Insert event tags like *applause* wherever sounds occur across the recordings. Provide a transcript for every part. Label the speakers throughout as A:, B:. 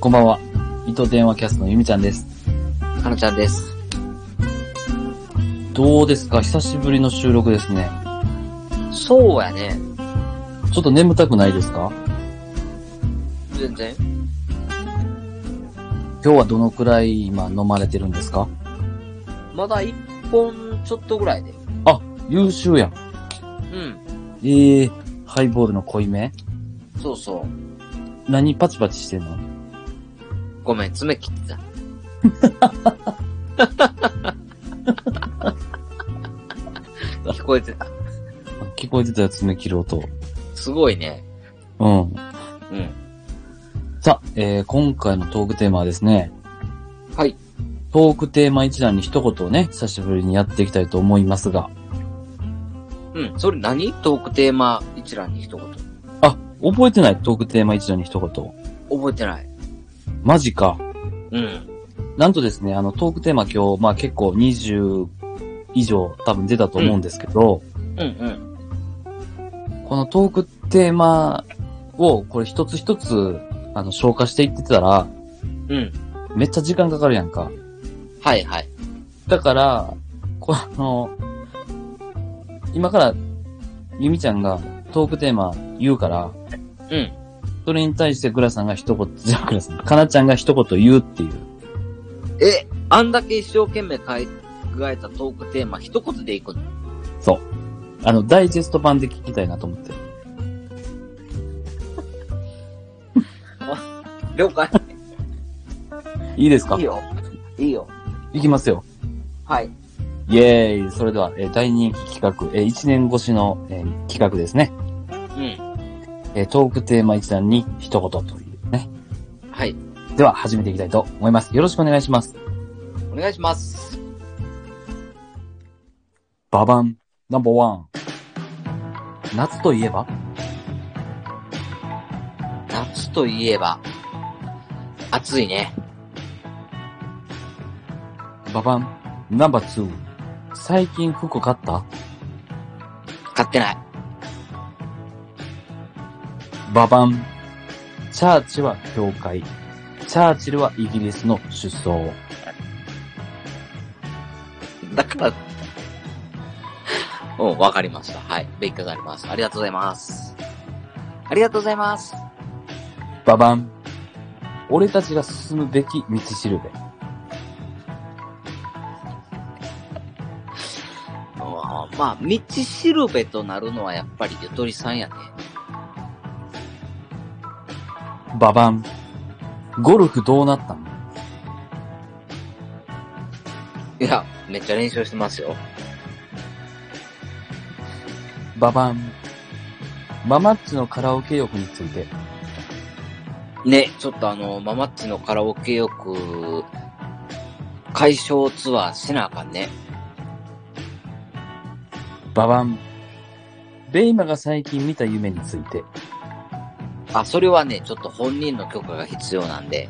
A: こんばんは。糸電話キャストのゆみちゃんです。
B: かなちゃんです。
A: どうですか久しぶりの収録ですね。
B: そうやね。
A: ちょっと眠たくないですか
B: 全然。
A: 今日はどのくらい今飲まれてるんですか
B: まだ一本ちょっとぐらいで。
A: 優秀やん。
B: うん。
A: えー、ハイボールの濃いめ
B: そうそう。
A: 何パチパチしてんの
B: ごめん、爪切ってた。 *laughs* 聞こえてた。
A: 聞こえてたやつ目切る音。
B: すごいね。
A: うん。
B: うん。
A: さあ、えー、今回のトークテーマはですね、
B: はい。
A: トークテーマ一覧に一言をね、久しぶりにやっていきたいと思いますが、
B: うん。それ何トークテーマ一覧に一言。
A: あ、覚えてないトークテーマ一覧に一言。
B: 覚えてない。
A: マジか。
B: うん。
A: なんとですね、あの、トークテーマ今日、まあ結構20以上多分出たと思うんですけど、
B: うんうん。
A: このトークテーマをこれ一つ一つ、あの、消化していってたら、
B: うん。
A: めっちゃ時間かかるやんか。
B: はいはい。
A: だから、この、今から、ゆみちゃんがトークテーマ言うから、
B: うん。
A: それに対してグラさんが一言、じゃあグラさん、かなちゃんが一言言うっていう。
B: え、あんだけ一生懸命考えたトークテーマ一言でいくの
A: そう。あの、ダイジェスト版で聞きたいなと思って。
B: 了解。
A: いいですか
B: *laughs* いいよ。いいよ。
A: いきますよ。
B: はい。
A: イェーイそれでは、えー大人気企画、えー1年越しの、えー企画ですね、
B: うん。
A: えートークテーマ一覧に一言というね。
B: はい。
A: では、始めていきたいと思います。よろしくお願いします。
B: お願いします。
A: ババン、ナンバーワン。夏といえば
B: 夏といえば、暑いね。
A: ババン、ナンバーツー。最近服買った
B: 買ってない。
A: ババン。チャーチは教会。チャーチルはイギリスの首相。
B: だから、 *laughs* うん、わかりました。はい。勉強になります。ありがとうございます。ありがとうございます。
A: ババン。俺たちが進むべき道しるべ。
B: うんまあ、道しるべとなるのはやっぱりゆとりさんやね。
A: ババン。ゴルフどうなったの
B: いや、めっちゃ練習してますよ。
A: ババン。ママッチのカラオケ欲について、
B: ね、ちょっとあの、ママッチのカラオケよく、解消ツアーしなあかんね。
A: ババン。ベイマが最近見た夢について、
B: あ、それはね、ちょっと本人の許可が必要なんで、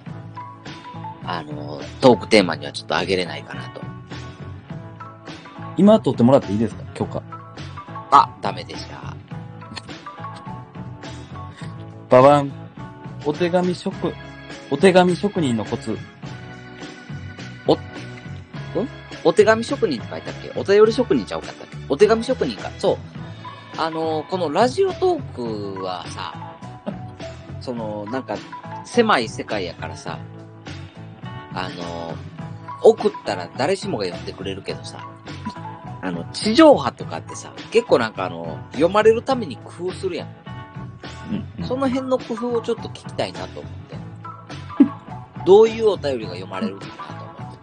B: あの、トークテーマにはちょっとあげれないかなと。
A: 今撮ってもらっていいですか許可。
B: あ、ダメでした。
A: ババン。お手紙職、お手紙職人のコツ、
B: お手紙職人って書いたっけお便り職人ちゃうかったっけお手紙職人か。そう。あの、このラジオトークはさ、その、なんか、狭い世界やからさ、あの、送ったら誰しもが読んでくれるけどさ、あの、地上波とかってさ、結構なんかあの、読まれるために工夫するやん。その辺の工夫をちょっと聞きたいなと思って。 *laughs* どういうお便りが読まれるかなと思って。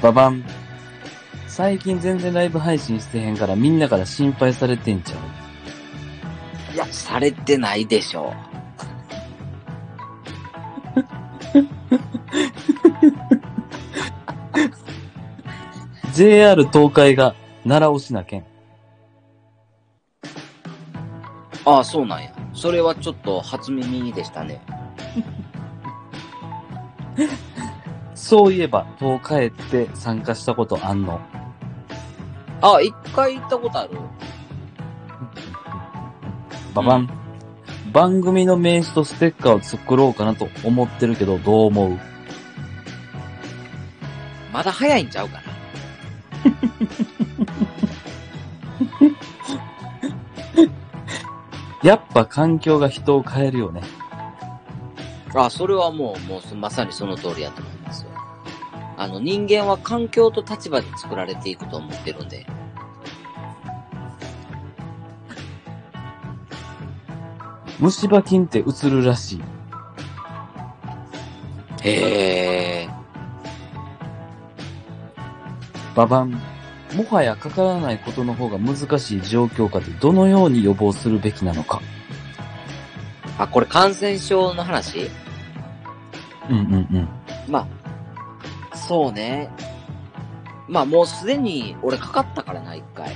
A: ババン。最近全然ライブ配信してへんからみんなから心配されてんちゃう
B: いや、されてないでしょ
A: ？JR 東海が奈良推しな県。
B: う。ああ、そうなんや。それはちょっと初耳でしたね。
A: そういえば、東海って参加したことあんの
B: ああ、一回行ったことある。
A: ババン。番組の名刺とステッカーを作ろうかなと思ってるけど、どう思う
B: まだ早いんちゃうかな。
A: やっぱ環境が人を変えるよね。
B: あ、それはもう、もうそ、まさにその通りやと思いますよ。あの、人間は環境と立場で作られていくと思ってるんで。
A: 虫歯菌って映るらしい。
B: へえ。
A: ババン。もはやかからないことの方が難しい状況下でどのように予防するべきなのか。
B: あ、これ感染症の話
A: うんうんうん。
B: まあ、そうね。まあもうすでに俺かかったからな、一 *laughs* 回。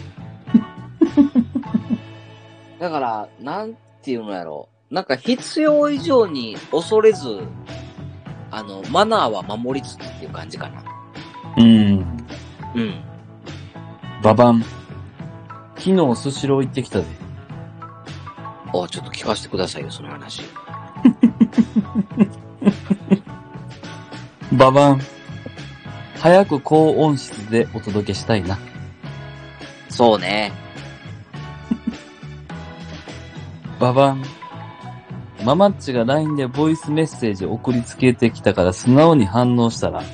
B: だから、なんていうのやろ。なんか必要以上に恐れず、あの、マナーは守りつつっていう感じかな。
A: うん。
B: うん。
A: ババン。昨日スシロー行ってきたで。
B: おちょっと聞かせてくださいよ、その話。
A: ババン。早く高音質でお届けしたいな。
B: そうね。 *laughs*
A: ババン。ママッチが LINE でボイスメッセージ送りつけてきたから素直に反応したら、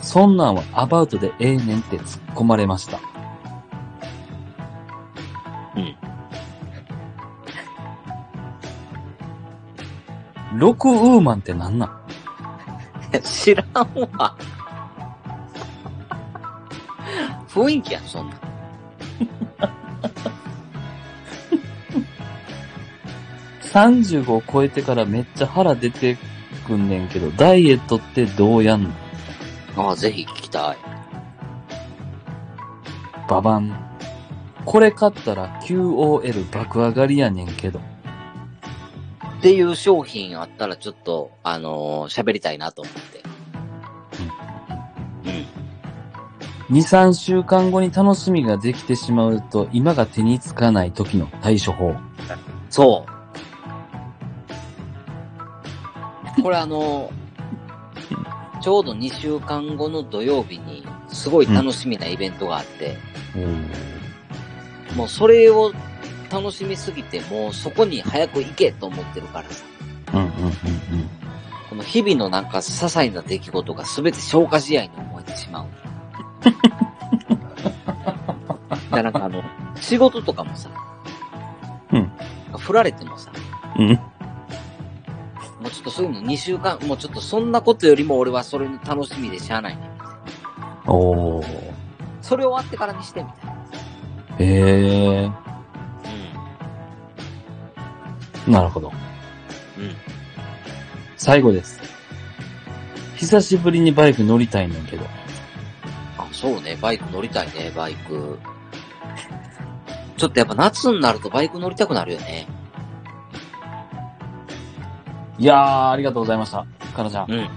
A: そんなんはアバウトでええねんって突っ込まれました。
B: うん。
A: ロクウーマンってなんなん
B: 知らんわ。雰囲気やん、そんなん。
A: ?35 を超えてからめっちゃ腹出てくんねんけど、ダイエットってどうやんの
B: ああ、ぜひ聞きたい。
A: ババン。これ買ったら QOL 爆上がりやねんけど。
B: っていう商品あったらちょっと、あのー喋りたいなと思って。うん。
A: 2、3週間後に楽しみができてしまうと、今が手につかない時の対処法。
B: そう。これあのーちょうど2週間後の土曜日に、すごい楽しみなイベントがあって、もうそれを楽しみすぎて、もうそこに早く行けと思ってるからさ。
A: うんうんうん
B: この日々のなんか些細な出来事が全て消化試合に思えてし *laughs* まう。だからなんかあの、仕事とかもさ、
A: うん。
B: 振られてもさ、
A: うん。うん。
B: もうちょっとそういうの2週間、もうちょっとそんなことよりも俺はそれの楽しみでしゃあないね。
A: おー。
B: それ終わってからにしてみたいな。
A: へえー。なるほど。
B: うん。うん。
A: 最後です。久しぶりにバイク乗りたいねんけど。
B: あ、そうね、バイク乗りたいね、バイク。ちょっとやっぱ夏になるとバイク乗りたくなるよね。
A: いやー、ありがとうございました。かなちゃん。
B: うん。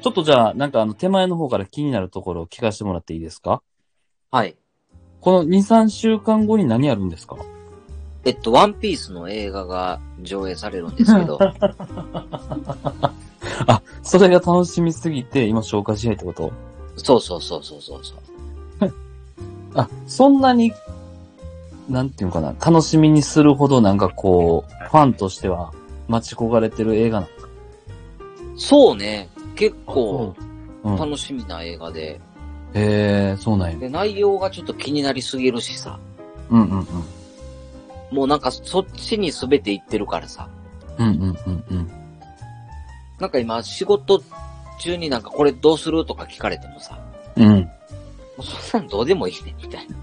A: ちょっとじゃあ、なんかあの、手前の方から気になるところを聞かせてもらっていいですか
B: はい。
A: この2、3週間後に何やるんですか
B: えっと、ワンピースの映画が上映されるんですけど、
A: それが楽しみすぎて、今消化試合ってこと
B: そうそうそうそうそうそう。
A: あ、そんなに、なんていうのかな、楽しみにするほどなんかこう、ファンとしては待ち焦がれてる映画な
B: そうね、結
A: の
B: 構。
A: うん。へ
B: 楽しみな映画で、
A: えー、そうなんや。
B: で、内容がちょっと気になりすぎるしさ、
A: うんうんうん。
B: もうなんかそっちに全て行ってるからさ、
A: うんうんうんうん。
B: なんか今仕事中になんかこれどうするとか聞かれてもさ、
A: うん。
B: もうそんなんどうでもいいね、みたいな。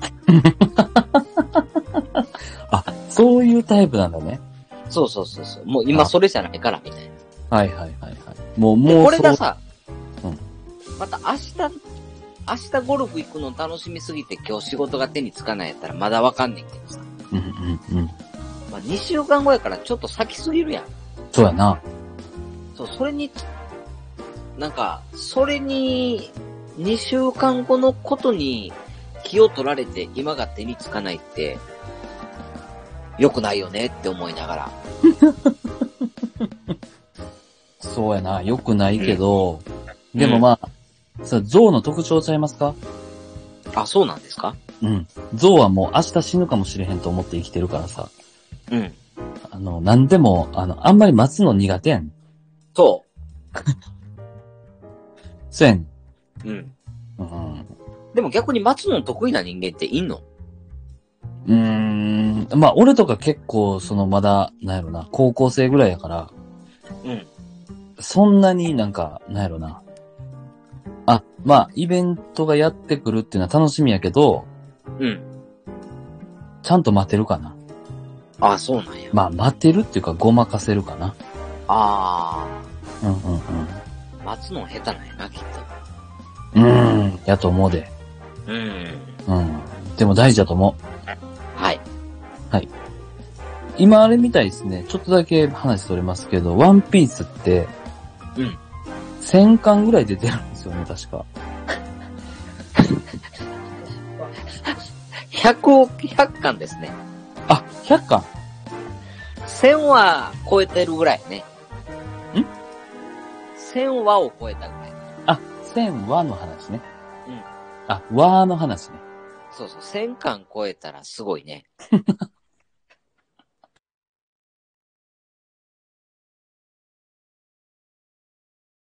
A: そういうタイプなんだね。
B: そうそうそうそう、もう今それじゃないから、みたいな。
A: はいはいはいはい。もう、
B: で
A: もう
B: これがさ、
A: うん
B: また明日、明日ゴルフ行くの楽しみすぎて今日仕事が手につかないやったらまだわかんねんけどさ。
A: そう。うんうんうん。
B: まあ、2週間後やからちょっと先すぎるやん。
A: そうやな。
B: そう、それに、なんか、それに、2週間後のことに気を取られて今が手につかないって、良くないよねって思いながら。
A: そうやな、良くないけど、でもまあ、さ、象の特徴ちゃいますか
B: あ、そうなんですか
A: うん。象はもう明日死ぬかもしれへんと思って生きてるからさ。
B: うん。
A: あの、なんでも、あの、あんまり待つの苦手やん。
B: そ
A: そうやん。
B: う。うん。
A: うん。
B: でも逆に待つの得意な人間っていんの
A: うーん。まあ、俺とか結構、その、まだ、なんやろな、高校生ぐらいやから、
B: うん。
A: そんなになんか、なんやろな。あ、まあ、イベントがやってくるっていうのは楽しみやけど、
B: うん。
A: ちゃんと待てるかな。
B: あ、そうなんや。
A: まあ、待てるっていうか、ごまかせるかな。
B: あ
A: うんうん
B: ー、待つの下手なんやな、きっ
A: うん。うーん。やと思うで。
B: と。うん。
A: うん。でも大事だと思う。
B: はい。
A: 今あれみたいですね。ちょっとだけ話それますけど、ワンピースって、
B: うん。
A: 1000巻ぐらい出てるんですよね、確か。
B: 100を、100巻ですね。
A: あ、100巻
B: 1000は超えてるぐらいね。
A: ん
B: ?1000 話を超えたぐらい。
A: あ、1000話の話ね。
B: うん。
A: あ、和の話ね。
B: そうそう、1000巻超えたらすごいね。